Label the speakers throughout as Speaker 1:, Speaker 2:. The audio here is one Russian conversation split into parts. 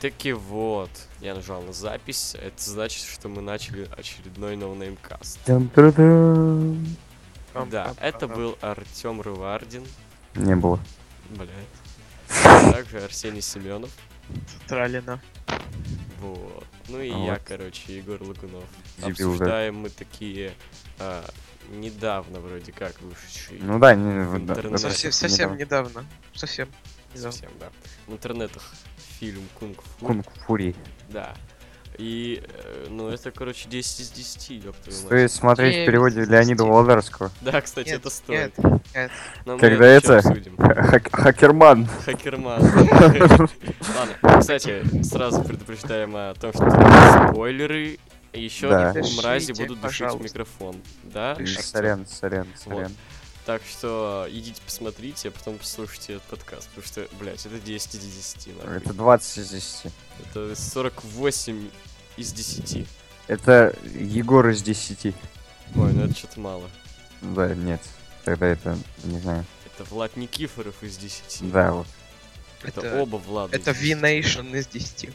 Speaker 1: Таки вот, я нажал на запись, это значит, что мы начали очередной ноунеймкаст.
Speaker 2: Там-та-дам.
Speaker 1: Да, это был Артем Рывардин,
Speaker 2: Не было.
Speaker 1: блядь, а также Арсений Семенов,
Speaker 3: Тралина.
Speaker 1: вот, ну и
Speaker 2: А
Speaker 1: я,
Speaker 2: вот.
Speaker 1: короче, Егор Логунов.
Speaker 2: Дебил, да.
Speaker 1: Обсуждаем мы такие а, недавно вроде как вышедшие,
Speaker 2: Ну да, не, в- да,
Speaker 1: Интернет.
Speaker 2: да,
Speaker 3: Совсем,
Speaker 2: да,
Speaker 3: совсем
Speaker 2: недавно.
Speaker 3: недавно. Совсем. недавно.
Speaker 1: совсем, да, в интернетах фильм Кунг-Фу,
Speaker 2: Кунг-фури.
Speaker 1: да. И, э, ну, это, короче, 10 из 10, ёб твою мать.
Speaker 2: Стоит смотреть в
Speaker 3: Девять
Speaker 2: переводе
Speaker 3: из
Speaker 2: Леонида
Speaker 3: десяти.
Speaker 2: Володарского.
Speaker 1: Да, кстати,
Speaker 3: Нет,
Speaker 1: это стоит.
Speaker 3: Нет, нет.
Speaker 1: Но мы
Speaker 2: Когда
Speaker 1: ещё
Speaker 2: это-
Speaker 1: обсудим.
Speaker 2: Хак- Хакерман.
Speaker 1: Хакерман. Ладно, кстати, сразу предупреждаем о том, что тут спойлеры. Еще
Speaker 2: Да.
Speaker 1: мрази
Speaker 3: Дышите,
Speaker 1: будут душить в
Speaker 3: пожалуйста.
Speaker 1: микрофон. Да?
Speaker 3: Дышите.
Speaker 2: Сорян, сорян, сорян.
Speaker 1: Так что идите посмотрите, а потом послушайте этот подкаст. Потому что, блядь, это 10 из 10. нахуй.
Speaker 2: Это 20 из 10.
Speaker 1: Это 48 из 10.
Speaker 2: Это Егор из 10.
Speaker 1: Ой, ну это что-то мало.
Speaker 2: Да, нет. Тогда это, не знаю.
Speaker 1: Это Влад Никифоров из 10.
Speaker 2: Да, вот.
Speaker 1: Это,
Speaker 3: Это-
Speaker 1: оба Влада.
Speaker 3: Это
Speaker 1: из 10.
Speaker 3: V-Nation из 10.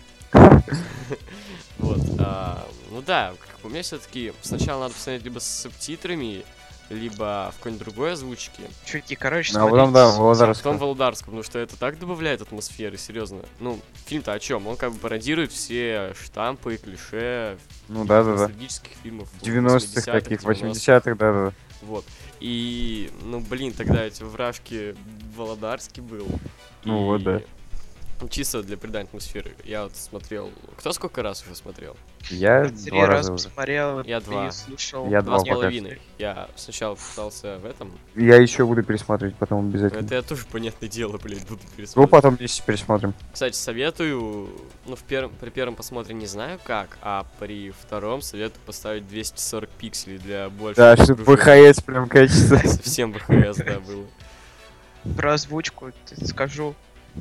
Speaker 1: Вот, а, ну да, как по мне, все-таки сначала надо посмотреть либо с субтитрами, либо в какой-нибудь другой озвучке.
Speaker 3: Чуваки, короче,
Speaker 2: Ну, а потом, да,
Speaker 3: смотрите.
Speaker 1: Потом
Speaker 2: Володарского.
Speaker 1: Володарского, потому что это так добавляет атмосферы, серьезно. Ну, фильм-то о чем? Он как бы пародирует все штампы и клише
Speaker 2: Ну да, да, да.
Speaker 1: ностальгических фильмов.
Speaker 2: 90-х
Speaker 1: 80-х,
Speaker 2: таких,
Speaker 1: 90-х.
Speaker 2: 80-х, да, да.
Speaker 1: Вот. И, ну, блин, тогда эти вражки Володарский был.
Speaker 2: Ну
Speaker 1: И
Speaker 2: вот, да.
Speaker 1: Чисто для придания атмосферы. Я вот смотрел... Кто сколько раз уже смотрел?
Speaker 2: Я
Speaker 3: Три
Speaker 2: два раза
Speaker 3: раза
Speaker 2: уже.
Speaker 3: посмотрел,
Speaker 1: Я два.
Speaker 3: слушал.
Speaker 2: Я
Speaker 1: Два с
Speaker 2: два пока.
Speaker 1: половиной. Я сначала пытался в этом.
Speaker 2: Я еще буду пересматривать потом
Speaker 1: но
Speaker 2: обязательно.
Speaker 1: Это я тоже, понятное дело, блядь, буду
Speaker 2: Ну,
Speaker 1: пересматривать.
Speaker 2: потом вместе пересмотрим.
Speaker 1: Кстати, советую, ну, в первом, при первом посмотре не знаю как, а при втором советую поставить 240 пикселей для большего
Speaker 2: Да, чтобы
Speaker 1: погружения.
Speaker 2: ВХС прям качество.
Speaker 1: Совсем ВХС, да, было.
Speaker 3: Про озвучку т- скажу.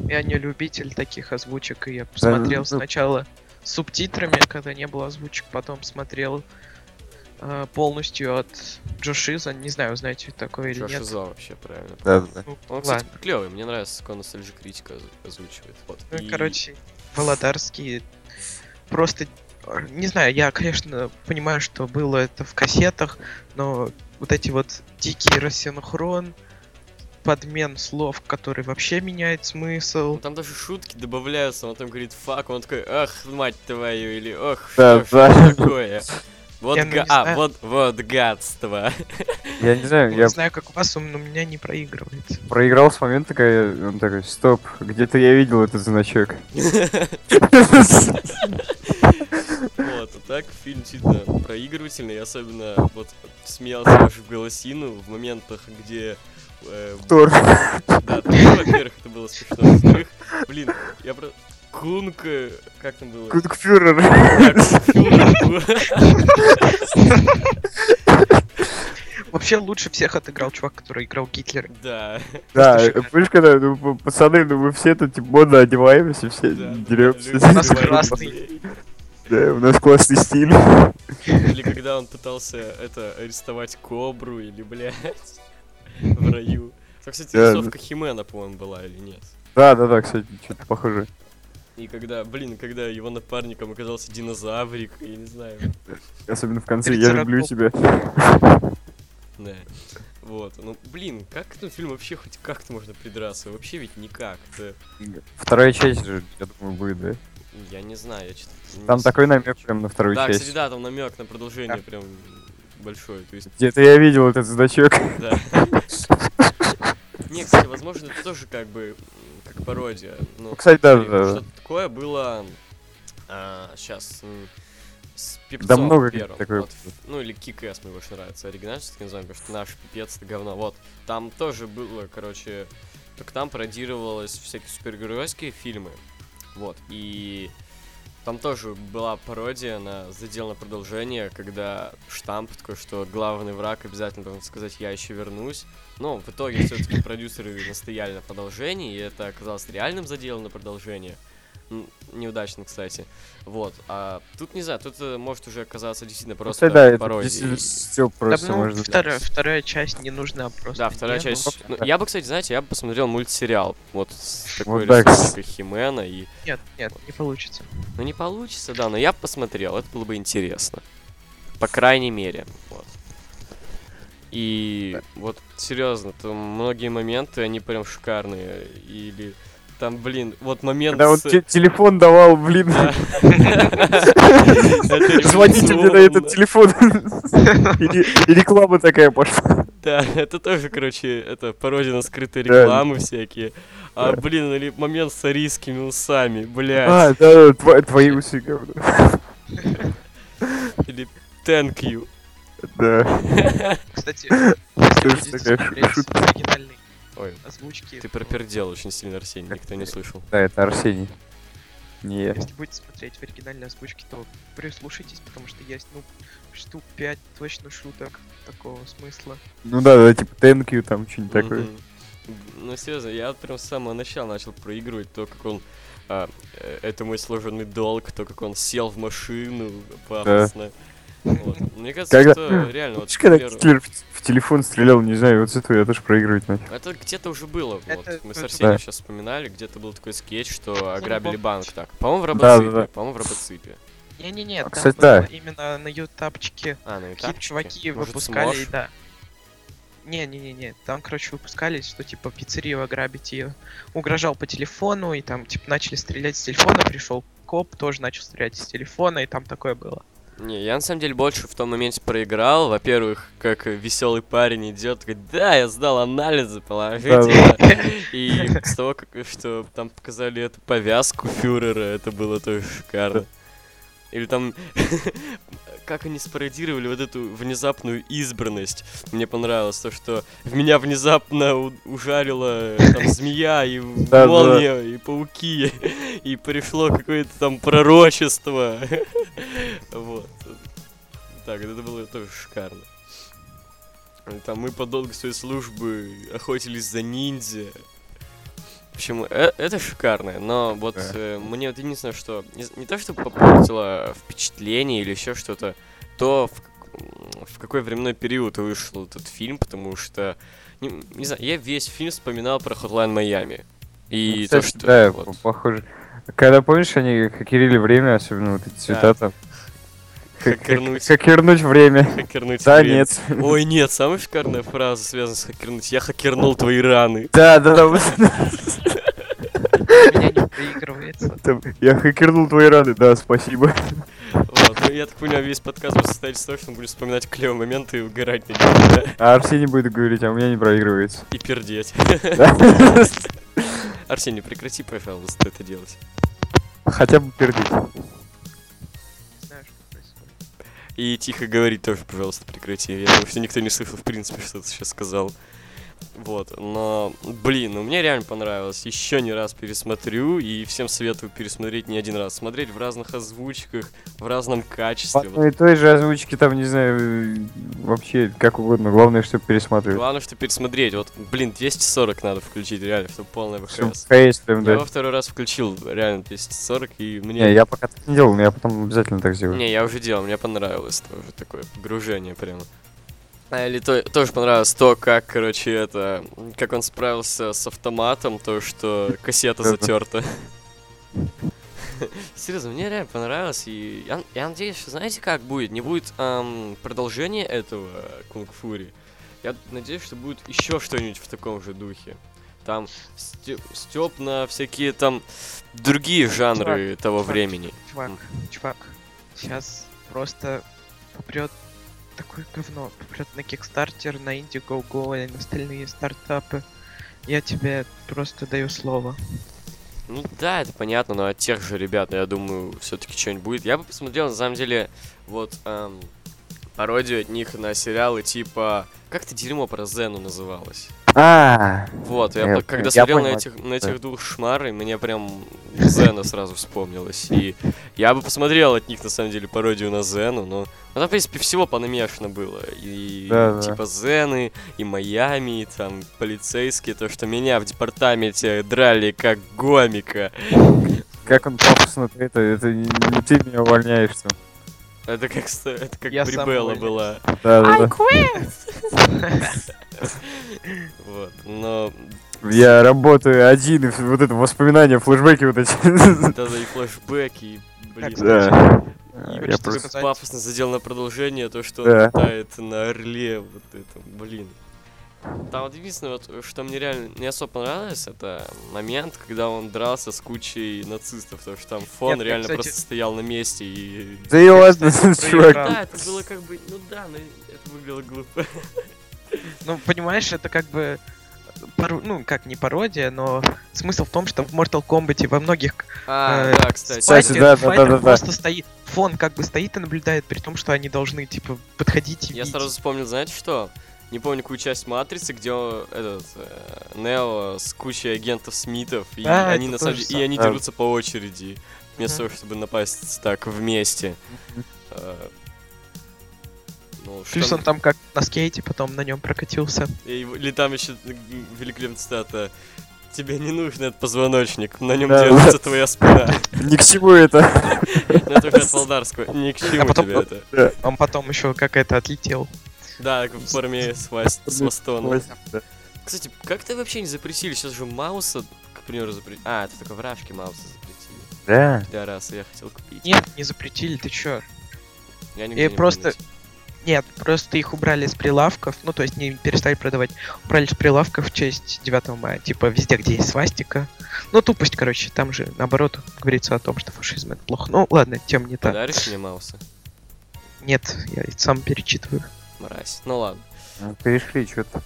Speaker 3: Я не любитель таких озвучек, и я посмотрел
Speaker 2: ну-
Speaker 3: сначала с субтитрами, когда не было озвучек, потом смотрел э, полностью от Джошиза. Не знаю, знаете, такое или
Speaker 1: Чё,
Speaker 3: нет.
Speaker 1: шизо вообще, правильно.
Speaker 2: Да, да.
Speaker 3: Ну,
Speaker 1: Он,
Speaker 3: ладно.
Speaker 1: кстати, клевый, мне нравится, как он ностальжи критика озвучивает. Вот.
Speaker 3: Ну,
Speaker 1: И-
Speaker 3: короче, Володарский просто... э, Не знаю, я, конечно, понимаю, что было это в кассетах, но вот эти вот дикий рассинхрон, подмен слов, который вообще меняет
Speaker 1: Ну,
Speaker 3: смысл.
Speaker 1: там даже шутки добавляются, он там говорит фак, он такой, ах, мать твою, или ох,
Speaker 2: Да,
Speaker 1: что ж
Speaker 2: да.
Speaker 1: такое. Вот
Speaker 3: Я, ну, не
Speaker 1: га- А,
Speaker 3: знаю.
Speaker 1: вот, вот гадство.
Speaker 2: Я не знаю, я
Speaker 3: Не знаю, как у вас, он у меня не проигрывается.
Speaker 2: проиграл с момента, когда я- он такой, стоп, где-то я видел этот значок.
Speaker 1: Вот, а так фильм действительно проигрывательный, и особенно вот смеялся даже в голосину в моментах, где... э,
Speaker 2: Тор.
Speaker 1: Да, ну, во-первых, это было смешно, во-вторых, блин, я про... Кунг, э, как там было?
Speaker 2: Кунг-фюрер.
Speaker 1: Да, Кунг-фюрер.
Speaker 3: Вообще лучше всех отыграл чувак, который играл Гитлера.
Speaker 1: Да,
Speaker 2: Да,
Speaker 3: Слушай, как-
Speaker 2: помнишь, когда, ну, п- пацаны, ну, мы все тут модно одеваемся, все
Speaker 1: да.
Speaker 2: деремся.
Speaker 1: Любой
Speaker 3: нас
Speaker 1: парень.
Speaker 3: красный.
Speaker 2: Да, у нас классный стиль.
Speaker 1: Или когда он пытался, это, арестовать кобру, или, блядь, в раю. Там, кстати,
Speaker 2: Да,
Speaker 1: рисовка Химена, по-моему, была или нет?
Speaker 2: Да, да, да, кстати, что-то похоже.
Speaker 1: И когда, блин, когда его напарником оказался динозаврик, я не знаю.
Speaker 2: Особенно в конце, я люблю тебя.
Speaker 1: Да. Вот. Ну, блин, как к этому фильму вообще хоть как-то можно придраться? Вообще ведь никак. Это-
Speaker 2: Вторая часть же, я думаю, будет, да?
Speaker 1: Я не знаю, я что-то...
Speaker 2: Там такой намек прям на вторую
Speaker 1: Да, кстати,
Speaker 2: часть.
Speaker 1: да, там намек на продолжение
Speaker 2: Да.
Speaker 1: прям большой. То есть,
Speaker 2: Где-то я видел этот значок.
Speaker 1: да. Не, кстати, возможно, это тоже как бы м, как пародия. Ну,
Speaker 2: Ну, Кстати, да,
Speaker 1: Блин,
Speaker 2: да, да.
Speaker 1: Что-то такое было сейчас с пипцом
Speaker 2: Да много
Speaker 1: первым.
Speaker 2: где такое
Speaker 1: Вот,
Speaker 2: было.
Speaker 1: ну или Кикэс мне больше нравится. Оригинально все-таки называем, потому что наш пипец это говно. Вот. Там тоже было, короче, только там пародировалось всякие супергеройские фильмы. Вот. И там тоже была пародия на задел на продолжение, когда штамп такой, что главный враг обязательно должен сказать «я еще вернусь». Но в итоге все-таки продюсеры настояли на продолжении, и это оказалось реальным заделом на продолжение. М, Неудачно, кстати. Вот. А тут не знаю, тут э, может уже оказаться действительно просто
Speaker 2: Кстати, да, Ну, это
Speaker 1: пародией.
Speaker 2: действительно все просто
Speaker 3: Да, ну,
Speaker 2: можно.
Speaker 3: вторая, вторая часть не нужна просто.
Speaker 1: Да, вторая
Speaker 3: не
Speaker 1: часть.
Speaker 3: было.
Speaker 1: ну, я бы, кстати, знаете, я бы посмотрел мультсериал. Вот с такой
Speaker 2: Вот так.
Speaker 1: рисовкой Химена и.
Speaker 3: Нет, нет, не получится.
Speaker 1: Ну не получится, да, но я бы посмотрел, это было бы интересно. По крайней мере. Вот. И вот серьезно, там многие моменты, они прям шикарные. Или там, блин, вот момент
Speaker 2: Когда он
Speaker 1: с-
Speaker 2: те- телефон давал, блин,
Speaker 1: Да. Это
Speaker 2: звоните мне на этот
Speaker 1: революционно.
Speaker 2: телефон. И ре- И реклама такая пошла.
Speaker 1: Да, это тоже, короче, это пародия на скрытые
Speaker 2: Да.
Speaker 1: рекламы всякие. А,
Speaker 2: Да.
Speaker 1: блин, или момент с арийскими усами, блядь.
Speaker 2: А, да, тво- твои усы, говно.
Speaker 1: Или thank you.
Speaker 2: Да.
Speaker 3: Кстати, если
Speaker 2: Тоже
Speaker 3: будете
Speaker 2: такая
Speaker 3: смотреть
Speaker 2: шутка.
Speaker 3: оригинальные
Speaker 1: Ой,
Speaker 3: озвучки,
Speaker 1: ты
Speaker 3: ну,
Speaker 1: пропердел очень сильно, Арсений, никто не слышал.
Speaker 2: Да, это Арсений. Не я.
Speaker 3: если будете смотреть в оригинальной озвучке, то прислушайтесь, потому что есть, ну, штук 5 точно шуток такого смысла.
Speaker 2: Ну да, да, типа thank you, там что-нибудь такое.
Speaker 1: Мгм. Ну, серьезно, я прям с самого начала начал проигрывать то, как он... а, э, это мой сложенный долг, то, как он сел в машину пафосно. Вот. Мне кажется,
Speaker 2: Когда-
Speaker 1: что реально... Вот,
Speaker 2: Помнишь,
Speaker 1: к
Speaker 2: когда
Speaker 1: примеру,
Speaker 2: Гитлер в т- в телефон стрелял, не знаю, вот с этого я тоже проигрывать начал.
Speaker 1: Это где-то уже было.
Speaker 3: Это-
Speaker 1: вот. Мы с
Speaker 3: это-
Speaker 1: Арсением
Speaker 2: Да.
Speaker 1: сейчас вспоминали, где-то был такой скетч, что
Speaker 3: Забыл.
Speaker 1: ограбили банк так. По-моему, в
Speaker 2: Да,
Speaker 1: Робоципе.
Speaker 2: да, да.
Speaker 1: По-моему, в Робоципе.
Speaker 3: Не-не-не,
Speaker 2: А,
Speaker 3: там
Speaker 2: кстати,
Speaker 3: было
Speaker 2: да.
Speaker 3: именно на ютапчике
Speaker 1: А, ну и
Speaker 3: какие
Speaker 1: так.
Speaker 3: чуваки
Speaker 1: Может,
Speaker 3: выпускали,
Speaker 1: сможешь?
Speaker 3: и да. Не-не-не-не, там, короче, выпускали, что, типа, пиццерию ограбить ее. Угрожал по телефону, и там, типа, начали стрелять с телефона, пришел коп, тоже начал стрелять с телефона, и там такое было.
Speaker 1: Не, я на самом деле больше в том моменте проиграл. Во-первых, как веселый парень идет, говорит, да, я сдал анализы, положительно. И с того, как- что там показали эту повязку фюрера, это было тоже шикарно. Или там, как они спародировали вот эту внезапную избранность. Мне понравилось то, что в меня внезапно у- ужалила там змея, и
Speaker 2: Да, да.
Speaker 1: молния, и пауки, и пришло какое-то там пророчество. Вот. Так, это было тоже шикарно. Там мы по долгу своей службы охотились за ниндзя. В общем, э- это шикарно, но вот
Speaker 2: Да.
Speaker 1: э, мне вот единственное, что не, не то, что попортило впечатление или еще что-то, то в, как- м, в какой временной период вышел этот фильм, потому что, не, не знаю, я весь фильм вспоминал про Hotline Майами. И
Speaker 2: Ну,
Speaker 1: то,
Speaker 2: кстати,
Speaker 1: что...
Speaker 2: Да,
Speaker 1: вот.
Speaker 2: п- похоже. Когда, помнишь, они хакерили время, особенно вот эти цвета там? Хак-
Speaker 1: Хакернуть.
Speaker 2: Хакернуть время.
Speaker 1: Хакернуть
Speaker 2: Да,
Speaker 1: время.
Speaker 2: нет.
Speaker 1: Ой, нет, самая шикарная фраза связана с хакернуть. Я хакернул твои раны.
Speaker 2: Да, да, да. вот
Speaker 3: У меня не проигрывается.
Speaker 2: там, Я хакернул твои раны, да, спасибо.
Speaker 1: Вот, ну, я так понимаю, весь подкаст будет состоять из того, что мы будем вспоминать клевые моменты и угорать на них, да?
Speaker 2: А Арсений будет говорить, а у меня не проигрывается.
Speaker 1: И пердеть.
Speaker 2: Да.
Speaker 1: Арсений, ну, прекрати, пожалуйста, это делать.
Speaker 2: Хотя бы пердить.
Speaker 3: Не знаю, что происходит.
Speaker 1: И тихо говорить тоже, пожалуйста, прекрати. Я думаю, что никто не слышал, в принципе, что ты сейчас сказал. Вот, но, блин, ну мне реально понравилось. Еще не раз пересмотрю, и всем советую пересмотреть не один раз. Смотреть в разных озвучках, в разном
Speaker 2: По
Speaker 1: качестве. Вот
Speaker 2: одной и той же озвучке там, не знаю, э, вообще как угодно. Главное, чтобы пересматривать.
Speaker 1: Главное, что пересмотреть. Вот, блин, 240 надо включить, реально, чтобы полная
Speaker 2: Чтобы
Speaker 1: ВХС.
Speaker 2: КС прям,
Speaker 1: Я
Speaker 2: да.
Speaker 1: во второй раз включил, реально, 240, и мне...
Speaker 2: Не, я пока так не делал, но я потом обязательно так сделаю.
Speaker 1: Не, я уже делал, мне понравилось тоже такое погружение прямо. А, Или то- тоже понравилось то, как, короче, это... Как он справился с автоматом, то, что кассета
Speaker 2: Да-да.
Speaker 1: затерта. Серьезно, мне реально понравилось, и я, я надеюсь, что знаете, как будет? Не будет ам, продолжения этого кунг-фури. Я надеюсь, что будет еще что-нибудь в таком же духе. Там степ на всякие там другие жанры того
Speaker 3: чувак,
Speaker 1: времени.
Speaker 3: Чувак,
Speaker 1: М.
Speaker 3: чувак, сейчас просто попрет такое говно, попрет на Kickstarter, на Indiegogo и на остальные стартапы. Я тебе просто даю слово.
Speaker 1: Ну да, это понятно, но от тех же ребят, я думаю, все-таки что-нибудь будет. Я бы посмотрел, на самом деле, вот эм, пародию от них на сериалы типа... Как это дерьмо про Зену называлось?
Speaker 2: А,
Speaker 1: Вот, я,
Speaker 2: Я
Speaker 1: по- когда
Speaker 2: понял, я
Speaker 1: смотрел на
Speaker 2: понял,
Speaker 1: этих, на этих двух шмар, и мне прям Зена сразу вспомнилась. И я бы посмотрел от них, на самом деле, пародию на Зену, но... Ну, там, в принципе, всего понамешано было. И
Speaker 2: Да, да.
Speaker 1: типа Зены, и Майами, и там полицейские, то, что меня в департаменте драли как гомика.
Speaker 2: Как он пафосно ты это, это не, не ты меня увольняешься.
Speaker 1: Это как, ст- это как
Speaker 3: Я сам
Speaker 1: Брибелла
Speaker 3: увольняюсь.
Speaker 1: была.
Speaker 2: Да, да, да.
Speaker 1: Вот. Но
Speaker 2: Я работаю один, и вот это воспоминания, флешбеки вот эти.
Speaker 1: тогда и флешбеки, и, блин.
Speaker 2: Да.
Speaker 1: И
Speaker 2: Я
Speaker 1: что-то
Speaker 2: просто...
Speaker 3: сказать-
Speaker 1: пафосно задел на продолжение, то, что
Speaker 2: Да.
Speaker 1: он летает на орле, вот это, блин. Там вот единственное, вот, что мне реально не особо понравилось, это момент, когда он дрался с кучей нацистов, потому что там фон
Speaker 3: Нет, я,
Speaker 1: реально
Speaker 3: кстати-
Speaker 1: просто стоял на месте и...
Speaker 2: Да и ладно,
Speaker 3: кстати,
Speaker 2: чувак.
Speaker 3: проиграл.
Speaker 1: Да, это было как бы, ну да, но это выглядело глупо.
Speaker 3: Ну, понимаешь, это как бы... паро- Ну, как не пародия, но смысл в том, что в Mortal Kombat во многих
Speaker 1: А,
Speaker 3: Э,
Speaker 1: да, кстати.
Speaker 2: Кстати,
Speaker 3: Спайдер-
Speaker 2: да, да, да,
Speaker 3: Спайдер
Speaker 2: да, да.
Speaker 3: просто стоит, фон как бы стоит и наблюдает, при том, что они должны, типа, подходить и
Speaker 1: Я
Speaker 3: бить.
Speaker 1: сразу вспомнил, знаете что? Не помню какую часть Матрицы, где о- этот э, Нео с кучей агентов Смитов, и
Speaker 3: Да,
Speaker 1: они
Speaker 3: А, это
Speaker 1: на самом
Speaker 3: тоже
Speaker 1: деле, и они
Speaker 2: самое.
Speaker 1: дерутся по очереди, вместо
Speaker 3: Мгм.
Speaker 1: того, чтобы напасть так вместе. Э, Ну, что
Speaker 3: Плюс
Speaker 1: н-
Speaker 3: он там как на скейте потом на нем прокатился.
Speaker 1: и его- Или там еще м, великолепная цитата. Тебе не нужен этот позвоночник, на нем
Speaker 2: Да,
Speaker 1: держится
Speaker 2: да.
Speaker 1: твоя спина.
Speaker 2: Ни к чему это.
Speaker 1: Ну, Это уже от Волдарского. Ни к чему
Speaker 3: А потом-
Speaker 1: тебе это.
Speaker 3: Он потом еще как это отлетел.
Speaker 1: Да, в форме с вас- с Вастона.
Speaker 2: Да.
Speaker 1: Кстати, как ты вообще не запретили? Сейчас же Мауса, к примеру, запретили. А, это только вражки Мауса запретили.
Speaker 2: Да.
Speaker 1: Для раз, я хотел купить.
Speaker 3: Нет, не запретили, ты чё?
Speaker 1: я
Speaker 3: и
Speaker 1: нигде не
Speaker 3: просто-
Speaker 1: помню.
Speaker 3: Нет, просто их убрали с прилавков, ну то есть не перестали продавать, убрали с прилавков в честь 9 мая, типа везде, где есть свастика. Ну тупость, короче, там же наоборот говорится о том, что фашизм это плохо. Ну ладно, тем не та.
Speaker 1: Подаришь мне Мауса?
Speaker 3: Нет, я и сам перечитываю.
Speaker 1: Мразь. Ну ладно.
Speaker 2: Ну, Перешли что-то.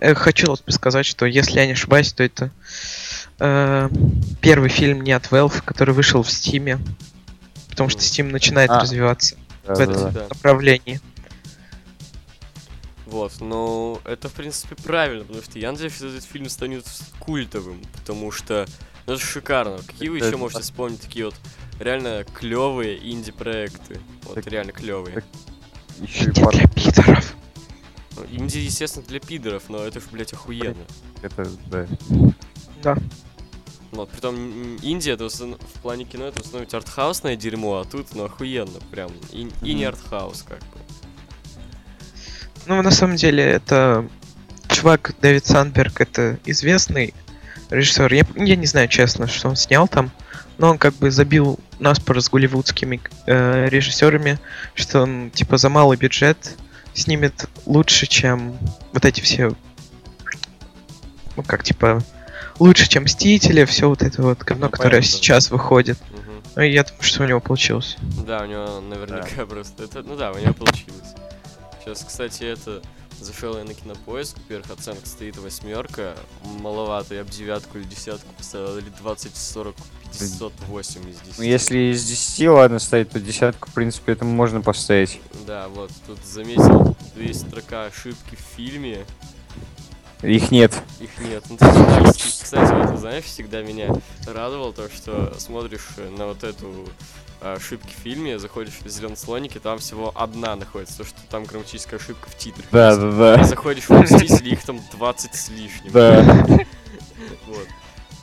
Speaker 3: Э, хочу вот сказать, что если я не ошибаюсь, то это э, первый фильм не от Valve, который вышел в Стиме. Потому что Steam начинает
Speaker 2: А.
Speaker 3: развиваться
Speaker 2: Да,
Speaker 3: в
Speaker 2: да,
Speaker 3: этом
Speaker 2: да.
Speaker 1: да.
Speaker 3: направлении.
Speaker 1: Вот, ну, это, в принципе, правильно, потому что я надеюсь, что этот фильм станет культовым, потому что ну, это шикарно. Какие вы
Speaker 2: Да,
Speaker 1: еще
Speaker 2: это
Speaker 1: можете вспомнить такие вот реально клевые инди-проекты? Вот,
Speaker 2: Так-
Speaker 1: реально клевые.
Speaker 2: так- Еще и
Speaker 3: Не
Speaker 2: пар-
Speaker 3: для пидоров.
Speaker 1: Ну, инди, естественно, для пидоров, но это ж, блядь, охуенно.
Speaker 2: это, да.
Speaker 3: Да.
Speaker 1: Вот, притом м, Индия, это в основном- в плане кино, это в основном артхаусное дерьмо, а тут, ну, охуенно, прям, и, и не
Speaker 2: Мгм.
Speaker 1: артхаус, как бы.
Speaker 3: Ну, на самом деле, это чувак Дэвид Сандберг, это известный режиссер. Я, я не знаю, честно, что он снял там, но он как бы забил нас с голливудскими э, режиссерами, что он типа за малый бюджет снимет лучше, чем вот эти все, ну как типа лучше, чем Мстители, все вот это вот говно,
Speaker 1: Ну,
Speaker 3: которое
Speaker 1: понятно, да.
Speaker 3: сейчас выходит.
Speaker 1: Мгм.
Speaker 3: Ну, и я думаю, что у него получилось.
Speaker 1: Да, у него наверняка просто это. Ну да, у него получилось. Сейчас, кстати, это зашел я на кинопоиск, во-первых, оценка стоит восьмерка, маловато, я бы девятку или десятку поставил, или 20, 40, 58 из 10.
Speaker 2: Ну, если из 10, ладно, ставить, то десятку, в принципе, этому можно поставить.
Speaker 1: Да, вот, тут заметил, есть строка ошибки в фильме,
Speaker 2: Их нет.
Speaker 1: Их нет. Ну, ты знаешь, кстати, вот, знаешь, всегда меня радовало то, что смотришь на вот эту а, ошибки в фильме, заходишь в зеленый слоник, и там всего одна находится, то, что там грамматическая ошибка в титрах.
Speaker 2: Да,
Speaker 1: есть.
Speaker 2: да, да.
Speaker 1: И Заходишь в «Мстители», их там 20 с лишним.
Speaker 2: Да.
Speaker 1: Вот.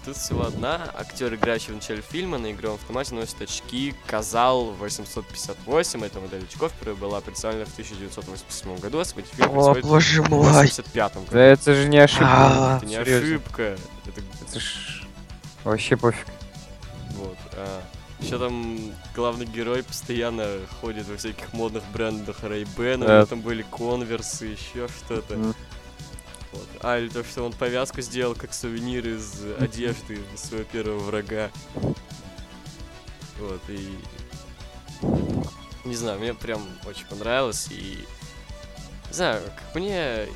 Speaker 1: Тут всего одна. Актер, играющий в начале фильма на игровом автомате, носит очки Казал 858. Эта модель очков первая была представлена в 1987 году, а фильм
Speaker 3: О,
Speaker 1: происходит в
Speaker 3: боже мой.
Speaker 1: 1985 году.
Speaker 2: Да это же не ошибка.
Speaker 3: А,
Speaker 1: Это не
Speaker 2: Серьёзно.
Speaker 1: ошибка. Это
Speaker 2: Это ж вообще пофиг.
Speaker 1: вот. Еще там главный герой постоянно ходит во всяких модных брендах Ray-Ban, у
Speaker 2: Да.
Speaker 1: него там были конверсы, еще что-то.
Speaker 2: Мгм.
Speaker 1: Вот. А, или то, что он повязку сделал как сувенир из одежды своего первого врага. Вот, и... Не знаю, мне прям очень понравилось, и... Не знаю, как мне...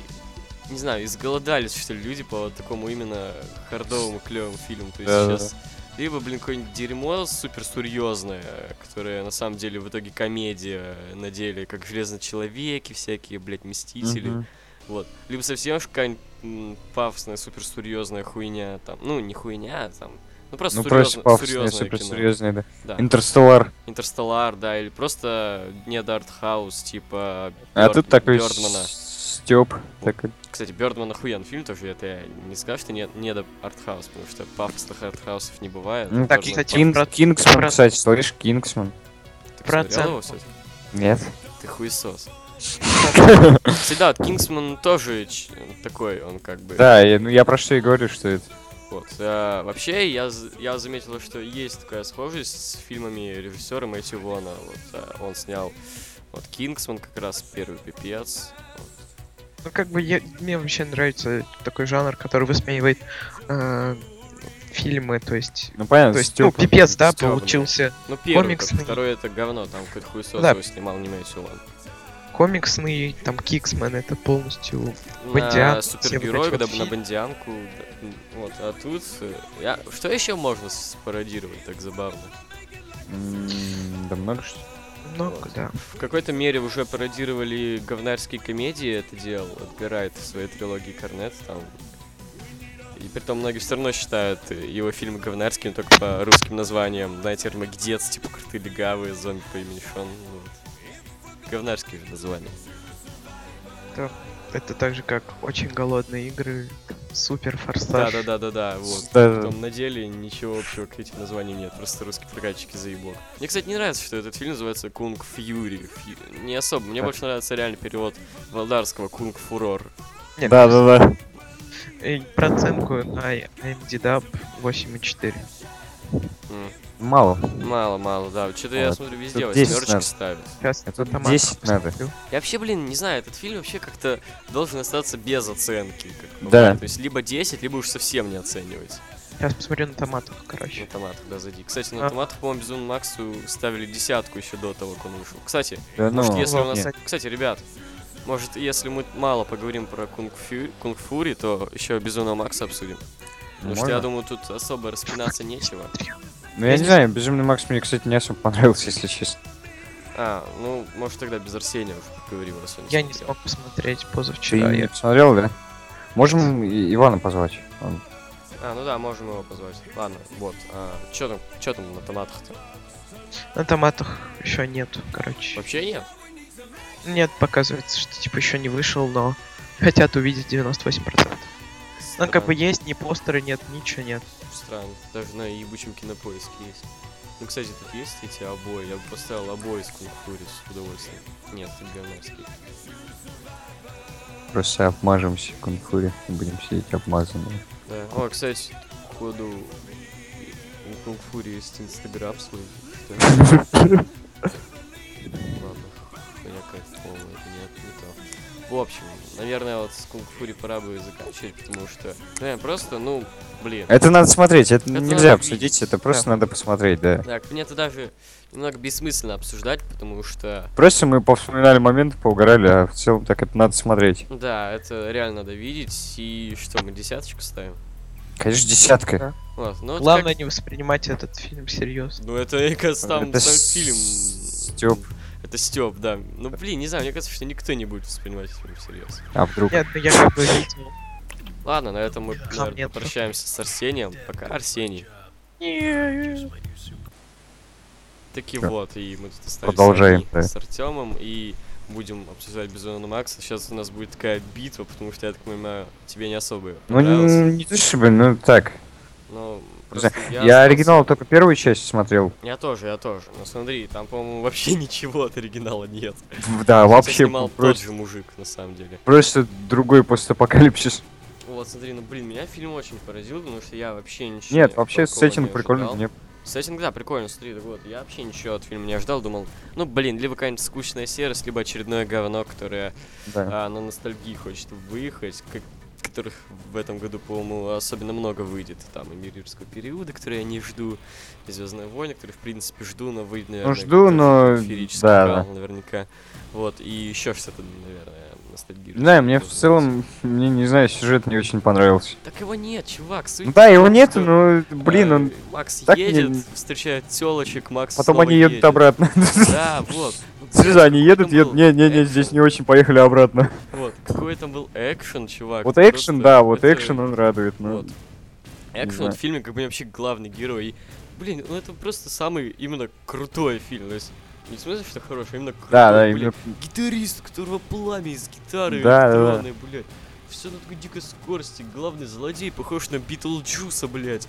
Speaker 1: Не знаю, изголодались, что ли, люди по вот такому именно хардовому клевому фильму. То есть
Speaker 2: Да-да-да.
Speaker 1: сейчас либо, блин, какое-нибудь дерьмо супер серьезное, которое на самом деле в итоге комедия на деле, как Железный человек и всякие, блядь, мстители.
Speaker 2: Мгм.
Speaker 1: Вот. Либо совсем уж какая-нибудь м, пафосная, супер серьезная хуйня там. Ну, не хуйня, а там. Ну просто
Speaker 2: Ну,
Speaker 1: серьезно-
Speaker 2: просто пафосные,
Speaker 1: серьезное кино.
Speaker 2: суперсерьезные, да.
Speaker 1: Да.
Speaker 2: Интерстеллар.
Speaker 1: Интерстеллар, да, или просто не Дартхаус, типа.
Speaker 2: А
Speaker 1: Бёрд-
Speaker 2: тут такой
Speaker 1: Бёрдмана.
Speaker 2: с- Степ. Так,
Speaker 1: Кстати, Бердман охуен фильм тоже, это я не скажу, что нет, не до артхаус, потому что пафосных артхаусов не бывает.
Speaker 2: Ну,
Speaker 3: так,
Speaker 1: Birdman
Speaker 3: кстати,
Speaker 1: пафос.
Speaker 2: Кинг-
Speaker 3: про-
Speaker 2: Кингсман,
Speaker 3: про-
Speaker 2: кстати, слышишь, Кингсман?
Speaker 1: Ты
Speaker 3: про
Speaker 1: посмотрел его,
Speaker 3: оценку.
Speaker 1: кстати?
Speaker 2: Нет.
Speaker 1: Ты хуесос. Кстати, да, вот Кингсман тоже ч- такой, он как бы...
Speaker 2: Да, я, ну я про что и говорю, что это.
Speaker 1: Вот. А, вообще, я, з- я заметил, что есть такая схожесть с фильмами режиссера Мэтью Вона. Вот, а, он снял вот Кингсман как раз первый пипец.
Speaker 3: Ну, как бы я- мне вообще нравится такой жанр, который высмеивает э, фильмы, то есть...
Speaker 2: Ну понятно,
Speaker 3: То есть, ну,
Speaker 2: Степ.
Speaker 3: пипец, да,
Speaker 1: Стёбаный.
Speaker 3: получился
Speaker 1: Ну, первый,
Speaker 3: Комиксный.
Speaker 1: как второй это говно, там какой-то хуесос
Speaker 3: Да.
Speaker 1: его снимал не Мэтью Вона.
Speaker 3: комиксный, там, Киксмен, это полностью...
Speaker 1: на
Speaker 3: Бондиан,
Speaker 1: супергероев,
Speaker 3: все вот
Speaker 1: да,
Speaker 3: эти вот
Speaker 1: на
Speaker 3: фильмы.
Speaker 1: Бондианку. да. Вот, а тут... э, я- Что еще можно спародировать так забавно?
Speaker 2: М, Да много что.
Speaker 3: много,
Speaker 1: Вот.
Speaker 3: да.
Speaker 1: В какой-то мере уже пародировали говнарские комедии, это делал отбирает в своей трилогии Корнет там. И притом многие все равно считают э, его фильмы говнарскими только по русским названиям. Знаете, Армагеддец, типа Крутые легавые, зомби по имени Шон. ну вот. Говнарские же названия.
Speaker 3: Это так же, как очень голодные игры, супер форсаж.
Speaker 1: Да-да-да-да-да, вот.
Speaker 2: Да,
Speaker 1: Потом на деле ничего общего к этим названиям нет, просто русские прокатчики заебок. Мне, кстати, не нравится, что этот фильм называется Кунг Фьюри. Фью- Не особо, мне
Speaker 2: Так.
Speaker 1: больше нравится реально перевод волдарского Кунг Фурор.
Speaker 3: Не,
Speaker 2: да, да. да.
Speaker 3: и э, про оценку на IMDb да, 8,4.
Speaker 1: М.
Speaker 2: Мало.
Speaker 1: Мало, мало, да. Что-то я
Speaker 2: Вот.
Speaker 1: смотрю, везде
Speaker 2: Тут 10
Speaker 1: восьмерочки
Speaker 2: надо.
Speaker 1: ставят.
Speaker 3: Сейчас
Speaker 2: А тут
Speaker 3: автомат
Speaker 2: 10 надо.
Speaker 3: посмотрю.
Speaker 1: Я вообще, блин, не знаю, этот фильм вообще как-то должен остаться без оценки. как бывает.
Speaker 2: Да.
Speaker 1: То есть либо 10, либо уж совсем не оценивать.
Speaker 3: Сейчас посмотрю на томатах,
Speaker 1: На
Speaker 3: короче.
Speaker 1: томатах, да, зайди. Кстати,
Speaker 3: А.
Speaker 1: на томатах, по-моему, Безумному Максу ставили десятку еще до того, как он вышел. Кстати,
Speaker 2: Да
Speaker 1: Может,
Speaker 2: ну.
Speaker 1: если у нас...
Speaker 2: нет.
Speaker 1: Кстати, ребят, может, если мы мало поговорим про кунг, Фю- кунг фури, то еще Безумного Макса обсудим. Потому что, я
Speaker 2: Можно?
Speaker 1: думаю, тут особо распинаться нечего.
Speaker 2: Ну я не знаю, Безумный Макс мне, кстати, не особо понравился, если честно.
Speaker 1: А, ну, может, тогда без Арсения уже поговорим, раз он
Speaker 3: Я не
Speaker 1: смотрел.
Speaker 3: смог посмотреть
Speaker 2: Ты
Speaker 3: позавчера.
Speaker 2: не
Speaker 3: я-
Speaker 2: посмотрел, да? Можем И- Ивана позвать? Он-
Speaker 1: А, ну да, можем его позвать. Ладно, вот. А, чё там, чё там на томатах-то?
Speaker 3: На томатах еще нету, короче.
Speaker 1: Вообще нет?
Speaker 3: Нет, показывается, что типа еще не вышел, но хотят увидеть 98%. Ну, как бы есть, ни постеры нет, ничего нет.
Speaker 1: Странно. Даже на ебучем кинопоиске есть. Ну, кстати, тут есть эти обои. Я бы поставил обои с кунг фури с удовольствием. Нет, это говнарский.
Speaker 2: Просто обмажемся кунг-фури и будем сидеть обмазанные.
Speaker 1: Да. О, кстати, походу у Кунг Фури есть Инстаграм свой. что ли? Ладно, меня кайфово, это нет, не то. В общем, наверное, вот с Кунг Фури пора бы заканчивать, потому что, наверное, просто, ну, блин.
Speaker 2: Это надо смотреть, это,
Speaker 1: Это
Speaker 2: нельзя
Speaker 1: надо
Speaker 2: обсудить,
Speaker 1: видеть.
Speaker 2: это просто
Speaker 3: Да.
Speaker 2: надо посмотреть, да.
Speaker 1: Так, мне это даже немного бессмысленно обсуждать, потому что,
Speaker 2: Просто мы повспоминали моменты, поугорали, а в целом так это надо смотреть.
Speaker 1: да, это реально надо видеть, и что, мы десяточку ставим?
Speaker 2: Конечно, десятка.
Speaker 1: Вот, ну, вот
Speaker 3: Главное
Speaker 1: как-
Speaker 3: не воспринимать этот фильм серьезно.
Speaker 1: Ну, это, мне кажется, там,
Speaker 2: Это
Speaker 1: сам фильм...
Speaker 2: Стёб.
Speaker 1: Это Степ, да. Ну, блин, не знаю, мне кажется, что никто не будет воспринимать этот фильм всерьез.
Speaker 2: А вдруг?
Speaker 3: Нет, ну я как бы видел.
Speaker 1: Ладно, на этом мы, наверное,
Speaker 3: нет.
Speaker 1: попрощаемся с Арсением. Пока, Арсений. Таки
Speaker 2: Всё.
Speaker 1: вот, и мы тут остались
Speaker 2: Продолжаем,
Speaker 1: одни
Speaker 2: да.
Speaker 1: с Артемом и будем обсуждать Безумного Макса. Сейчас у нас будет такая битва, потому что, я так понимаю, тебе не особо
Speaker 2: Ну,
Speaker 1: понравилось.
Speaker 2: не, не то чтобы, ну так.
Speaker 1: Но
Speaker 2: Не
Speaker 1: просто
Speaker 2: знаю, Я
Speaker 1: остался-
Speaker 2: оригинал только первую часть смотрел.
Speaker 1: Я тоже, я тоже. Но смотри, там, по-моему, вообще ничего от оригинала нет.
Speaker 2: Да,
Speaker 1: Хотя
Speaker 2: А вообще
Speaker 1: снимал тот
Speaker 2: просто,
Speaker 1: же мужик, на самом деле.
Speaker 2: просто другой постапокалипсис.
Speaker 1: Вот, смотри, ну, блин, меня фильм очень поразил, потому что я вообще ничего
Speaker 2: Нет, вообще
Speaker 1: такого не
Speaker 2: сеттинг прикольный.
Speaker 1: ожидал.
Speaker 2: Мне
Speaker 1: Сеттинг, да, прикольно, смотри, так вот, я вообще ничего от фильма не ожидал, думал, ну, блин, либо какая-нибудь скучная серость, либо очередное говно, которое
Speaker 2: да.
Speaker 1: а, на ностальгии хочет выехать, как- которых в этом году, по-моему, особенно много выйдет. Там и Мирирского периода, который я не жду, и Звездные войны, который, в принципе, жду, но выйдет, наверное,
Speaker 2: Ну, жду,
Speaker 1: какой-то
Speaker 2: но
Speaker 1: феерический
Speaker 2: да,
Speaker 1: крал, наверняка. Вот, и еще что-то, наверное, ностальгирует.
Speaker 2: Не знаю, мне в целом, мне не знаю, сюжет не очень понравился.
Speaker 1: Так его нет, чувак, суть
Speaker 2: Ну да,
Speaker 1: в
Speaker 2: его
Speaker 1: том,
Speaker 2: нету,
Speaker 1: что,
Speaker 2: но,
Speaker 1: э,
Speaker 2: блин, он...
Speaker 1: Макс
Speaker 2: так
Speaker 1: едет,
Speaker 2: мне-
Speaker 1: встречает телочек, Макс
Speaker 2: Потом
Speaker 1: снова
Speaker 2: они едут
Speaker 1: едет.
Speaker 2: обратно.
Speaker 1: Да, вот. Ну,
Speaker 2: С Рязани
Speaker 1: блин,
Speaker 2: едут,
Speaker 1: какой
Speaker 2: едут.
Speaker 1: там
Speaker 2: Не-не-не,
Speaker 1: был
Speaker 2: здесь
Speaker 1: экшен?
Speaker 2: не очень поехали обратно.
Speaker 1: Вот, какой там был экшен, чувак.
Speaker 2: Вот
Speaker 1: это
Speaker 2: экшен,
Speaker 1: просто-
Speaker 2: да, вот
Speaker 1: это-
Speaker 2: экшен он радует. ну.
Speaker 1: Вот. Экшен
Speaker 2: знаю.
Speaker 1: вот в фильме, как бы вообще главный герой. И, блин, ну это просто самый именно крутой фильм. То есть Не в смысле, что хороший, а именно крутой,
Speaker 2: Да, да,
Speaker 1: блядь.
Speaker 2: именно
Speaker 1: Гитарист, у которого пламя из гитары
Speaker 2: Да, да, да.
Speaker 1: электронной, блядь. Все на такой дикой скорости. Главный злодей похож на Битлджуса, блядь.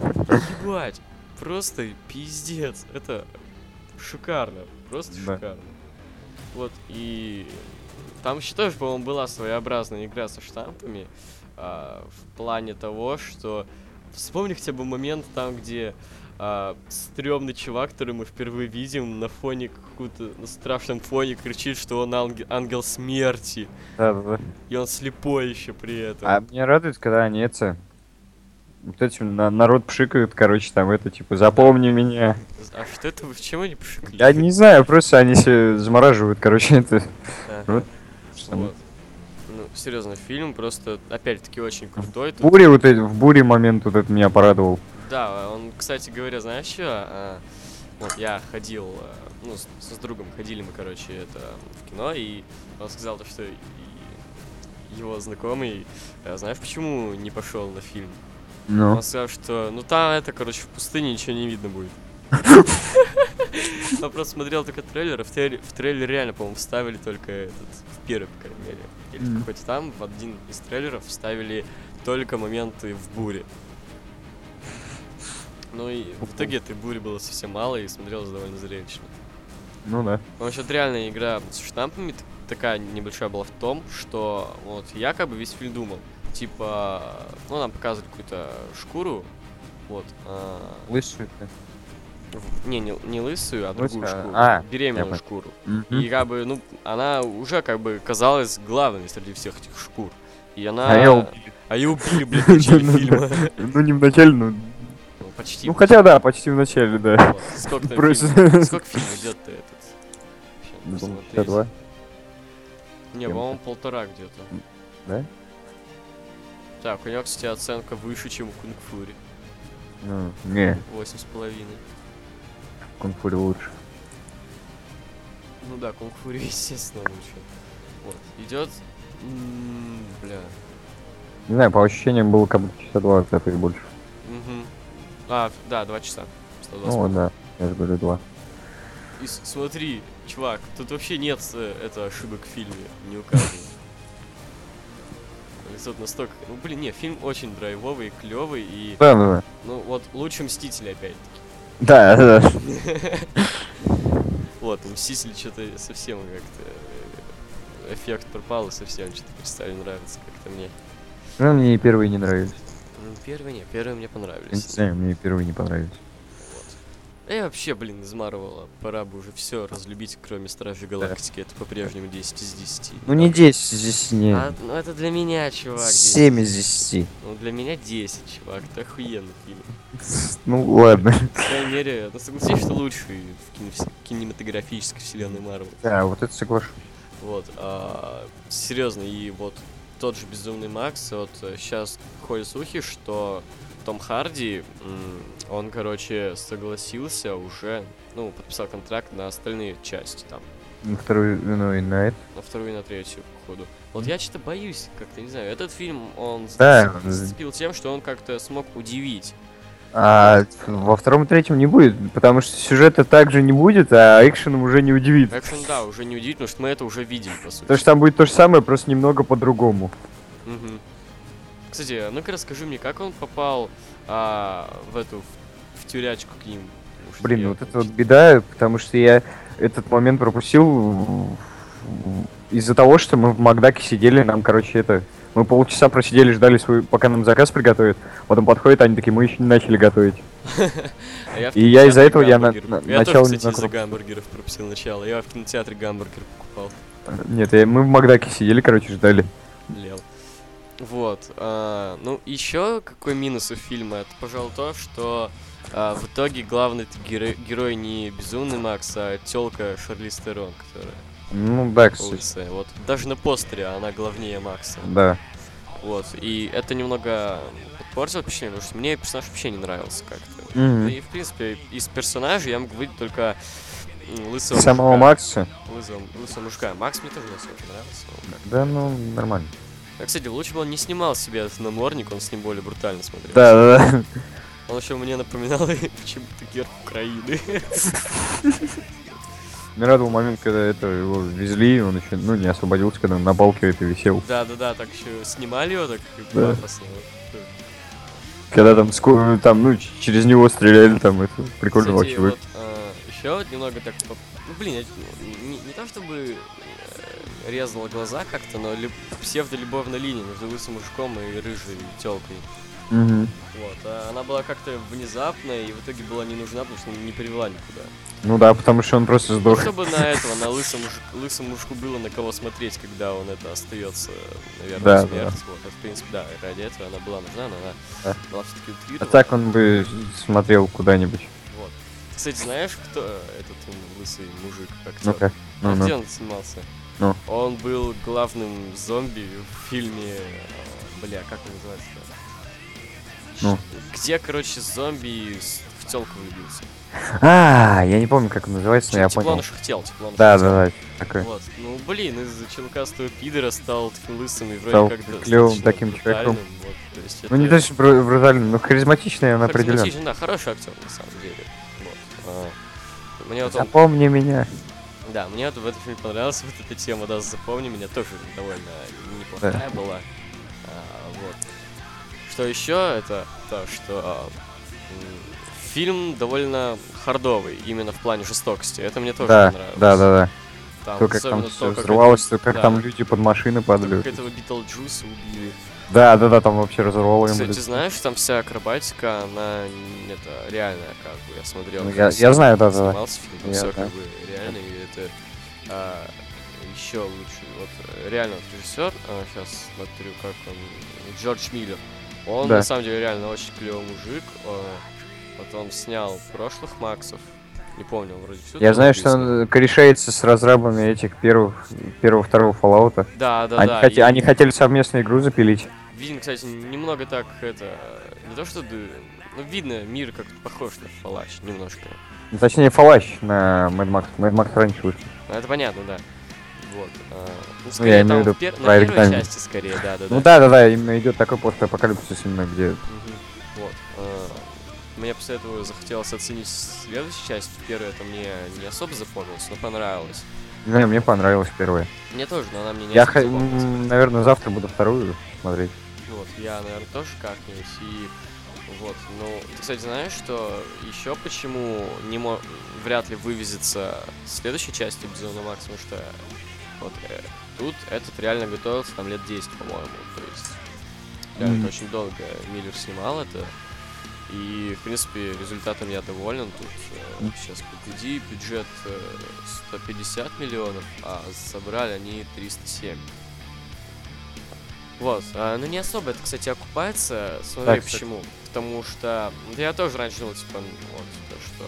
Speaker 1: Ебать. Просто пиздец. Это шикарно. Просто
Speaker 2: Да.
Speaker 1: шикарно. Вот, и там еще тоже, по-моему, была своеобразная игра со штампами. а, в плане того, что... Вспомни хотя бы момент там, где а, стрёмный чувак, который мы впервые видим, на фоне какую-то, на страшном фоне кричит, что он анге- ангел смерти.
Speaker 2: Да, да, да.
Speaker 1: И он слепой еще при этом.
Speaker 2: А меня радует, когда они это... Вот этим на- народ пшикают, короче, там это, типа, запомни меня.
Speaker 1: А что это вы, чем они пошикли?
Speaker 2: Я не знаю, просто они себе замораживают, короче, это.
Speaker 1: Ага.
Speaker 2: Вот.
Speaker 1: Э, Вот. Ну, серьезно, фильм просто, опять-таки, очень крутой. Тут-
Speaker 2: Бури вот эти, в буре момент вот это меня порадовал.
Speaker 1: Да, он, кстати говоря, знаешь что? А, вот я ходил, а, ну, с, с другом ходили мы, короче, это в кино, и он сказал то, что и- его знакомый, а, знаешь, почему не пошел на фильм?
Speaker 2: Ну,
Speaker 1: Он сказал, что, ну там это, короче, в пустыне ничего не видно будет. Он просто смотрел только трейлер, и в трейлере, в трейлер реально, по-моему, вставили только этот, в первый, по крайней мере, или в
Speaker 2: Мгм.
Speaker 1: какой-то там, в один из трейлеров вставили только моменты в буре. Ну и в итоге этой бури было совсем мало и смотрелось довольно зрелищно.
Speaker 2: ну да.
Speaker 1: Потому что это реально игра с штампами т- такая небольшая была в том, что вот якобы весь фильм думал, типа, ну нам показывали какую-то шкуру, вот, а,
Speaker 2: Лысый
Speaker 1: в- не, не, не лысую, а
Speaker 2: Лысую,
Speaker 1: другую
Speaker 2: а,
Speaker 1: шкуру,
Speaker 2: а, я
Speaker 1: беременную
Speaker 2: понял.
Speaker 1: шкуру. И как бы, ну, она уже как бы казалась главной среди всех этих шкур. И она...
Speaker 2: А я убили.
Speaker 1: А её убили, блядь, в начале фильма.
Speaker 2: Ну не в начале, ну.
Speaker 1: Ну, Почти.
Speaker 2: Ну хотя да, почти в начале, да.
Speaker 1: Вот. Сколько там
Speaker 2: Просто-
Speaker 1: фильм- Сколько фильм идет-то этот? Щас
Speaker 2: Ну,
Speaker 1: посмотреть.
Speaker 2: сейчас два.
Speaker 1: Не, по-моему, полтора где-то.
Speaker 2: Да?
Speaker 1: Так, у него, кстати, оценка выше, чем у Кунг Фури.
Speaker 2: Ну, не,
Speaker 1: Восемь с половиной.
Speaker 2: Кунг-Фури лучше.
Speaker 1: Ну да, Кунг Фури, естественно, лучше. Вот. Идет. м, Бля.
Speaker 2: Не знаю, по ощущениям было как будто часа два, а то и больше.
Speaker 1: Мгм. А, да, два часа. 120
Speaker 2: Ну вот,
Speaker 1: минут.
Speaker 2: да, я же говорю два.
Speaker 1: И с- смотри, чувак, тут вообще нет э, это ошибок в фильме, не указано. Или Тут настолько... Ну, блин, не, фильм очень драйвовый, клевый и...
Speaker 2: Да, да, да.
Speaker 1: Ну, вот лучше Мстители опять-таки.
Speaker 2: Да, да, да.
Speaker 1: Вот, Мстители что-то совсем как-то... э, Эффект пропал и совсем что-то перестали нравиться как-то мне.
Speaker 2: Ну, мне и первые не нравились.
Speaker 1: Ну, первый не, первый мне
Speaker 2: Не
Speaker 1: понравились.
Speaker 2: знаю, мне и первые не понравились.
Speaker 1: И вообще, блин, из Марвела. Пора бы уже все разлюбить, кроме Стражей Галактики. Это по-прежнему 10 из 10.
Speaker 2: Ну не 10 из 10, не.
Speaker 1: А, ну это для меня, чувак.
Speaker 2: 7
Speaker 1: 10.
Speaker 2: из 10.
Speaker 1: Ну для меня 10, чувак. Это охуенный фильм.
Speaker 2: Ну ладно.
Speaker 1: По крайней мере, ну согласись, что лучший в кино- кинематографической вселенной Марвел.
Speaker 2: Да, вот это соглашусь.
Speaker 1: Вот. а, серьезно, и вот тот же Безумный Макс, вот сейчас ходят слухи, что Том Харди, м, он, короче, согласился уже, ну, подписал контракт на остальные части там.
Speaker 2: На вторую, ну и на это.
Speaker 1: на вторую и на третью, походу. Вот я что-то боюсь, как-то не знаю. Этот фильм, он
Speaker 2: Да,
Speaker 1: зацеп-
Speaker 2: он з-
Speaker 1: зацепил тем, что он как-то смог удивить.
Speaker 2: А во втором и третьем не будет, потому что сюжета также не будет, а экшеном уже не удивит.
Speaker 1: Экшен, да, уже не удивительно, что мы это уже видели, по сути.
Speaker 2: Потому что там будет то же самое, просто немного по-другому.
Speaker 1: Мгм. Кстати, а ну-ка расскажи мне, как он попал а, в эту в, в тюрячку к ним? Потому что я
Speaker 2: Блин, вот это вот
Speaker 1: чё-
Speaker 2: беда, потому что я этот момент пропустил в- в- из-за того, что мы в Макдаке сидели, нам, короче, это... Мы полчаса просидели, ждали свой, пока нам заказ приготовят. Потом подходят, они такие, мы еще не начали готовить.
Speaker 1: А я в
Speaker 2: и я
Speaker 1: кинотеатре
Speaker 2: из-за этого я на-
Speaker 1: гамбургер-
Speaker 2: на-
Speaker 1: Я
Speaker 2: начал
Speaker 1: тоже, кстати, из-за
Speaker 2: немного-
Speaker 1: гамбургеров пропустил начало. Я в кинотеатре гамбургер покупал.
Speaker 2: Нет, я- мы в Макдаке сидели, короче, ждали.
Speaker 1: Лел. Вот. а, ну, еще какой минус у фильма, это, пожалуй, то, что а, в итоге главный герой, герой не безумный Макс, а телка Шарли Стерон, которая
Speaker 2: Ну да,
Speaker 1: по
Speaker 2: кстати.
Speaker 1: улице. Вот даже на постере она главнее Макса.
Speaker 2: Да.
Speaker 1: Вот. И это немного подпортило впечатление, потому что мне персонаж вообще не нравился как-то.
Speaker 2: Мгм.
Speaker 1: Да и, в принципе, из персонажей я могу выделить только м, лысого
Speaker 2: Самого
Speaker 1: мужика.
Speaker 2: Макса?
Speaker 1: Лысого, лысого мужика. Макс мне тоже не особо нравился. он как-то
Speaker 2: Да, ну, нормально.
Speaker 1: а, кстати, лучше бы он не снимал себе этот намордник, он с ним более брутально смотрел.
Speaker 2: Да, да, да.
Speaker 1: Он еще мне напоминал почему-то герб Украины.
Speaker 2: Меня радовал момент, когда это его везли, он еще, ну, не освободился, когда он на балке это висел.
Speaker 1: Да-да-да, так еще снимали его, так и
Speaker 2: Да.
Speaker 1: пафосно.
Speaker 2: Когда там, ску- там, ну, ч- через него стреляли, там, это прикольно
Speaker 1: Кстати,
Speaker 2: вообще. выглядело.
Speaker 1: вот, э, еще вот немного так... по- Ну, блин, я не, не то чтобы э, резал глаза как-то, но лю- псевдолюбовная линия между лысым мужиком и рыжей телкой.
Speaker 2: Мгм.
Speaker 1: Вот. а она была как-то внезапная и в итоге была не нужна, потому что не привела никуда.
Speaker 2: Ну да, потому что он просто
Speaker 1: Ну,
Speaker 2: сдох.
Speaker 1: чтобы на этого, на лысом, лысому мужику было на кого смотреть, когда он это остается, наверное,
Speaker 2: Да, да.
Speaker 1: смерть. Вот. Это, в принципе, да, ради этого она была нужна, но она
Speaker 2: Да.
Speaker 1: была все-таки
Speaker 2: А
Speaker 1: утрирована.
Speaker 2: так он бы смотрел куда-нибудь.
Speaker 1: Вот. Кстати, знаешь, кто этот м, лысый мужик актер?
Speaker 2: Ну-ка.
Speaker 1: А где
Speaker 2: Ну-ну.
Speaker 1: он снимался?
Speaker 2: Ну.
Speaker 1: Он был главным зомби в фильме... э, Бля, как он называется?
Speaker 2: Ну.
Speaker 1: Где, короче, зомби с- в телку влюбился.
Speaker 2: А, я не помню, как он называется, но я
Speaker 1: тепло
Speaker 2: понял.
Speaker 1: на шахтел, тепло на
Speaker 2: Да,
Speaker 1: шахтел.
Speaker 2: да, да, такой.
Speaker 1: Вот. Ну, блин, из-за челкастого пидора стал таким лысым и вроде
Speaker 2: Стал
Speaker 1: как достаточно
Speaker 2: клёвым таким человеком.
Speaker 1: брутальным, Вот, то есть
Speaker 2: Ну не
Speaker 1: это
Speaker 2: то, что бру- брутально, но харизматичный он определенно.
Speaker 1: харизматичный, Да, хороший актер, на самом деле. Вот. А, Мне вот он,
Speaker 2: Запомни меня.
Speaker 1: да, мне вот в этом фильме понравилась вот эта тема, да, запомни меня, тоже довольно неплохая была. А, вот. Что еще, это то, что а, м, фильм довольно хардовый, именно в плане жестокости. Это мне тоже
Speaker 2: Да,
Speaker 1: понравилось.
Speaker 2: да, да, да.
Speaker 1: Там
Speaker 2: То, как
Speaker 1: особенно
Speaker 2: там все
Speaker 1: как это-
Speaker 2: взрывалось, то, как
Speaker 1: да.
Speaker 2: там люди под машины
Speaker 1: как
Speaker 2: падали.
Speaker 1: этого Битлджуса убили.
Speaker 2: Да, да, да, там вообще разорвало ему
Speaker 1: Кстати,
Speaker 2: лицо.
Speaker 1: знаешь, там вся акробатика, она н- это реальная, как бы, я смотрел.
Speaker 2: Ну,
Speaker 1: как
Speaker 2: я-
Speaker 1: с-
Speaker 2: я знаю, да, да, да.
Speaker 1: Снимался фильм, там
Speaker 2: Я
Speaker 1: все
Speaker 2: знаю.
Speaker 1: как бы реально, и это еще лучше. Вот э, реально вот режиссер, сейчас смотрю, как он, Джордж Миллер. Он
Speaker 2: Да.
Speaker 1: на самом деле реально очень клевый мужик. э, Вот он снял прошлых Максов. Не помню, он вроде все.
Speaker 2: Я знаю, что он корешается с разрабами этих первых, первого, второго Fallout.
Speaker 1: Да, да,
Speaker 2: Они,
Speaker 1: да.
Speaker 2: хоте-
Speaker 1: и-
Speaker 2: они хотели совместную игру запилить.
Speaker 1: Видно, кстати, немного так это. Не то что ды- ну, видно, мир как похож на Палач немножко.
Speaker 2: Ну, Точнее, Фалач на Mad Max. Mad Max раньше вышел.
Speaker 1: Ну, это понятно, да. Вот. а, ну, скорее,
Speaker 2: имею
Speaker 1: там
Speaker 2: в виду
Speaker 1: в пер- на
Speaker 2: проект
Speaker 1: первой
Speaker 2: Дами.
Speaker 1: части скорее, да, да, да.
Speaker 2: Ну да, да, да, именно идет такой постапокалипсис именно, где.
Speaker 1: Мгм. Вот. а, Мне после этого захотелось оценить следующую часть. Первая это мне не особо запомнилась, но понравилась.
Speaker 2: Не знаю, мне понравилось первое.
Speaker 1: Мне тоже, но она мне не
Speaker 2: Я,
Speaker 1: особо
Speaker 2: хо-
Speaker 1: запомнилась.
Speaker 2: м, наверное, завтра буду вторую смотреть.
Speaker 1: Вот, я, наверное, тоже как-нибудь. И вот, ну, ты, кстати, знаешь, что еще почему не мо- вряд ли вывезется следующая часть Безумного Макса, потому что вот э, тут этот реально готовился там лет 10, по-моему. То есть реально это
Speaker 2: Мгм.
Speaker 1: очень долго Миллер снимал это. И, в принципе, результатом я доволен. Тут э,
Speaker 2: Мгм.
Speaker 1: сейчас погляди, бюджет э, 150 миллионов, а собрали они 307. Вот, а, ну не особо это, кстати, окупается. Смотри,
Speaker 2: Так, кстати.
Speaker 1: почему. Потому что вот я тоже раньше думал, типа, ну, вот, то, что...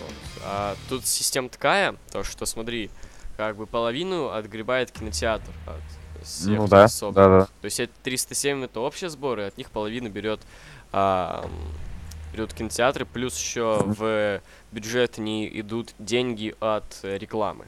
Speaker 1: вот. А тут система такая, то, что, смотри, как бы половину отгребает кинотеатр от всех
Speaker 2: ну да,
Speaker 1: собранных.
Speaker 2: да, да.
Speaker 1: То есть это 307 это общие сборы, от них половину берет а, м, берут кинотеатры, плюс еще
Speaker 2: Мгм.
Speaker 1: в бюджет не идут деньги от э, рекламы.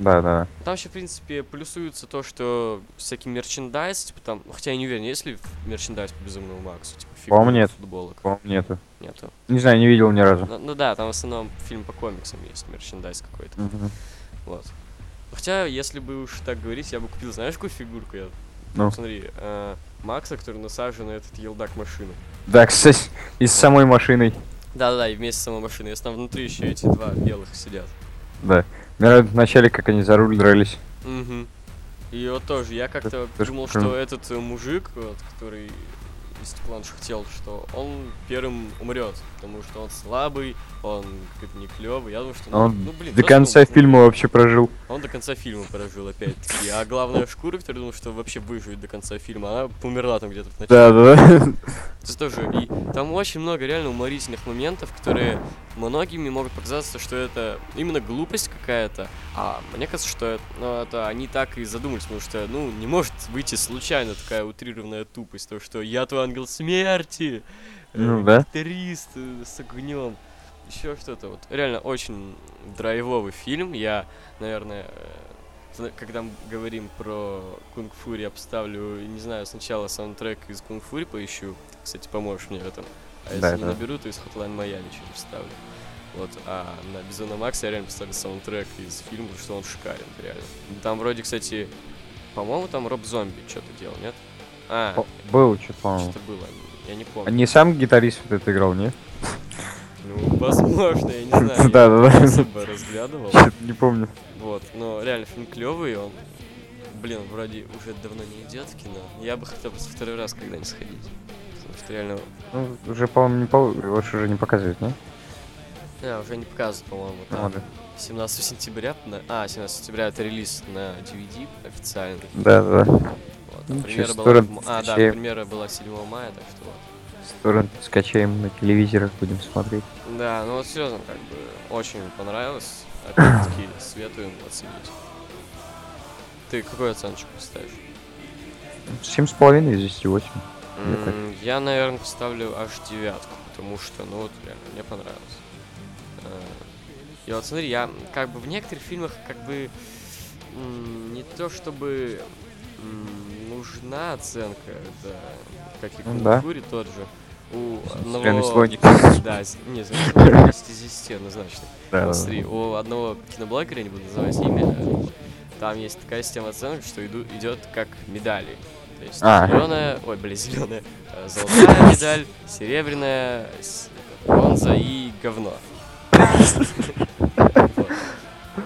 Speaker 2: Да, да.
Speaker 1: Там еще, в принципе, плюсуется то, что всякий мерчендайз, типа там, хотя я не уверен, есть ли мерчендайз по Безумному Максу, типа
Speaker 2: По-моему,
Speaker 1: фигурок,
Speaker 2: нет.
Speaker 1: футболок.
Speaker 2: По-моему, нету.
Speaker 1: Нету.
Speaker 2: Не знаю, не видел ни разу.
Speaker 1: Ну, ну да, там в основном фильм по комиксам есть, мерчендайз какой-то.
Speaker 2: Мгм.
Speaker 1: Вот. Хотя, если бы уж так говорить, я бы купил, знаешь, какую фигурку? Я...
Speaker 2: Ну.
Speaker 1: Смотри, э, Макса, который насажен на этот елдак машины.
Speaker 2: Да, кстати, и с самой машиной.
Speaker 1: Да-да, и вместе с самой машиной. Если там внутри еще эти два белых сидят.
Speaker 2: Да. Мне нравится вначале, как они за руль дрались.
Speaker 1: Угу. И вот тоже, я как-то
Speaker 2: Это ж
Speaker 1: думал,
Speaker 2: прям-
Speaker 1: что этот э, мужик, вот, который из Стеклан хотел, что он первым умрет, потому что он слабый, он как-то не клевый. Я думаю, что ну,
Speaker 2: Он
Speaker 1: ну, блин,
Speaker 2: До
Speaker 1: просто
Speaker 2: конца
Speaker 1: он умрет.
Speaker 2: фильма вообще прожил.
Speaker 1: Он до конца фильма прожил опять-таки. А главная шкура, которая думала, что вообще выживет до конца фильма, она померла там где-то в начале.
Speaker 2: Да, да, да.
Speaker 1: Это тоже. И там очень много реально уморительных моментов, которые многими могут показаться, что это именно глупость какая-то. А мне кажется, что это, ну, это они так и задумались, потому что, ну, не может выйти случайно такая утрированная тупость, то, что я твой ангел смерти, э,
Speaker 2: Ну да.
Speaker 1: гитарист э, с огнем, еще что-то. Вот реально очень драйвовый фильм. Я, наверное, э, зна- когда мы говорим про Кунг Фури, обставлю, не знаю, сначала саундтрек из Кунг Фури поищу. Ты, Кстати, поможешь мне в этом. А если
Speaker 2: Да,
Speaker 1: не
Speaker 2: да.
Speaker 1: наберу, то из Hotline Miami что-нибудь вставлю. Вот, а на Бизона Макса реально поставили саундтрек из фильма, потому что он шикарен, реально. Там вроде, кстати, по-моему, там Роб Зомби что-то делал, нет? А,
Speaker 2: О, Был что-то, по-моему.
Speaker 1: что-то было, я не помню.
Speaker 2: А Не сам гитарист вот это играл, не?
Speaker 1: Ну, возможно, я не знаю, я не
Speaker 2: Да-да-да.
Speaker 1: особо разглядывал.
Speaker 2: Что-то не помню.
Speaker 1: Вот, но реально фильм клевый, он, блин, вроде уже давно не идет в кино. Я бы хотел просто второй раз когда-нибудь сходить. Потому что реально,
Speaker 2: Ну, уже, по-моему, не по... Лучше уже не показывает, не?
Speaker 1: а, уже не показывают, по-моему,
Speaker 2: Ну,
Speaker 1: там.
Speaker 2: ладно.
Speaker 1: 17 сентября, на- а, 17 сентября это релиз на DVD официально.
Speaker 2: Да, да, да.
Speaker 1: Вот,
Speaker 2: Ну,
Speaker 1: а премьера
Speaker 2: чё,
Speaker 1: была,
Speaker 2: стороны
Speaker 1: в м- а, да,
Speaker 2: скачаем.
Speaker 1: премьера была 7 мая, так что вот.
Speaker 2: Сторон скачаем на телевизорах, будем смотреть.
Speaker 1: Да, ну вот серьезно, как бы, очень понравилось. Опять-таки, советую им оценить. Ты какую оценочку поставишь?
Speaker 2: Семь с половиной из десяти восемь.
Speaker 1: М,
Speaker 2: так.
Speaker 1: Я, наверное, поставлю аж девятку, потому что, ну вот, реально, мне понравилось. Э, И вот смотри, я м, как бы в некоторых фильмах как бы м, не то чтобы м, нужна оценка, да, как и
Speaker 2: Ну да.
Speaker 1: Кунгури тот же. У
Speaker 2: Зеленый
Speaker 1: одного...
Speaker 2: слоник.
Speaker 1: Да, с- не, «Зеленый слоник» 10 из 10 однозначно.
Speaker 2: Да, да,
Speaker 1: Смотри, у одного киноблогера, я не буду называть имя, там есть такая система оценок, что иду, идет как медали. То есть
Speaker 2: А.
Speaker 1: зеленая, ой, блин, зеленая, золотая медаль, серебряная, с- бронза и говно. Вот.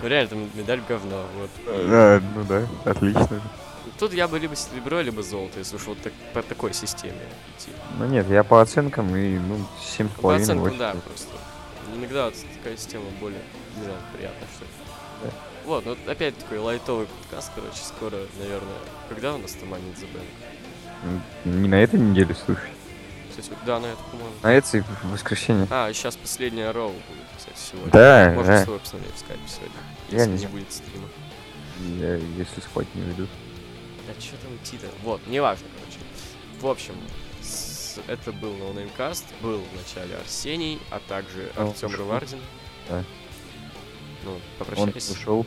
Speaker 1: Ну реально, там медаль говно, вот.
Speaker 2: да. Ну да, отлично.
Speaker 1: Тут я бы либо серебро, либо золото, если уж вот так- по такой системе идти.
Speaker 2: Ну нет, я по оценкам и, ну, семь с
Speaker 1: По
Speaker 2: половиной,
Speaker 1: оценкам,
Speaker 2: восемь.
Speaker 1: да, просто. Иногда вот такая система более, не знаю, приятная, что ли.
Speaker 2: Да.
Speaker 1: Вот, ну вот опять такой лайтовый подкаст, короче, скоро, наверное. Когда у нас там Манит забыл?
Speaker 2: М, Не на этой неделе, слушай.
Speaker 1: Кстати, вот- да, на это, по-моему.
Speaker 2: На этой в воскресенье.
Speaker 1: А, сейчас последняя Роу будет, кстати, сегодня.
Speaker 2: Да,
Speaker 1: Можно
Speaker 2: да.
Speaker 1: свой посмотреть в скайпе сегодня,
Speaker 2: Я
Speaker 1: если
Speaker 2: не
Speaker 1: не,
Speaker 2: знаю.
Speaker 1: будет стрима.
Speaker 2: Я, если спать не уйду.
Speaker 1: Да что там идти-то? Вот, неважно, короче. В общем, с- это был NoNameCast, был вначале Арсений, а также
Speaker 2: А,
Speaker 1: Артем
Speaker 2: ушёл.
Speaker 1: Рувардин.
Speaker 2: Да.
Speaker 1: Ну,
Speaker 2: Он
Speaker 1: попрощались.
Speaker 2: ушел.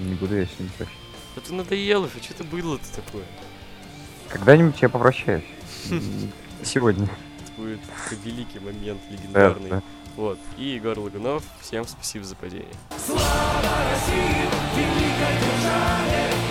Speaker 2: Не буду я с ним прощаться.
Speaker 1: Да Ну, ты надоел уже, что ты быдло-то такое?
Speaker 2: Когда-нибудь я попрощаюсь. М, Сегодня.
Speaker 1: Это будет такой великий момент, легендарный. Вот. И Егор Лагунов, всем спасибо за падение.
Speaker 4: Слава России, великой державе,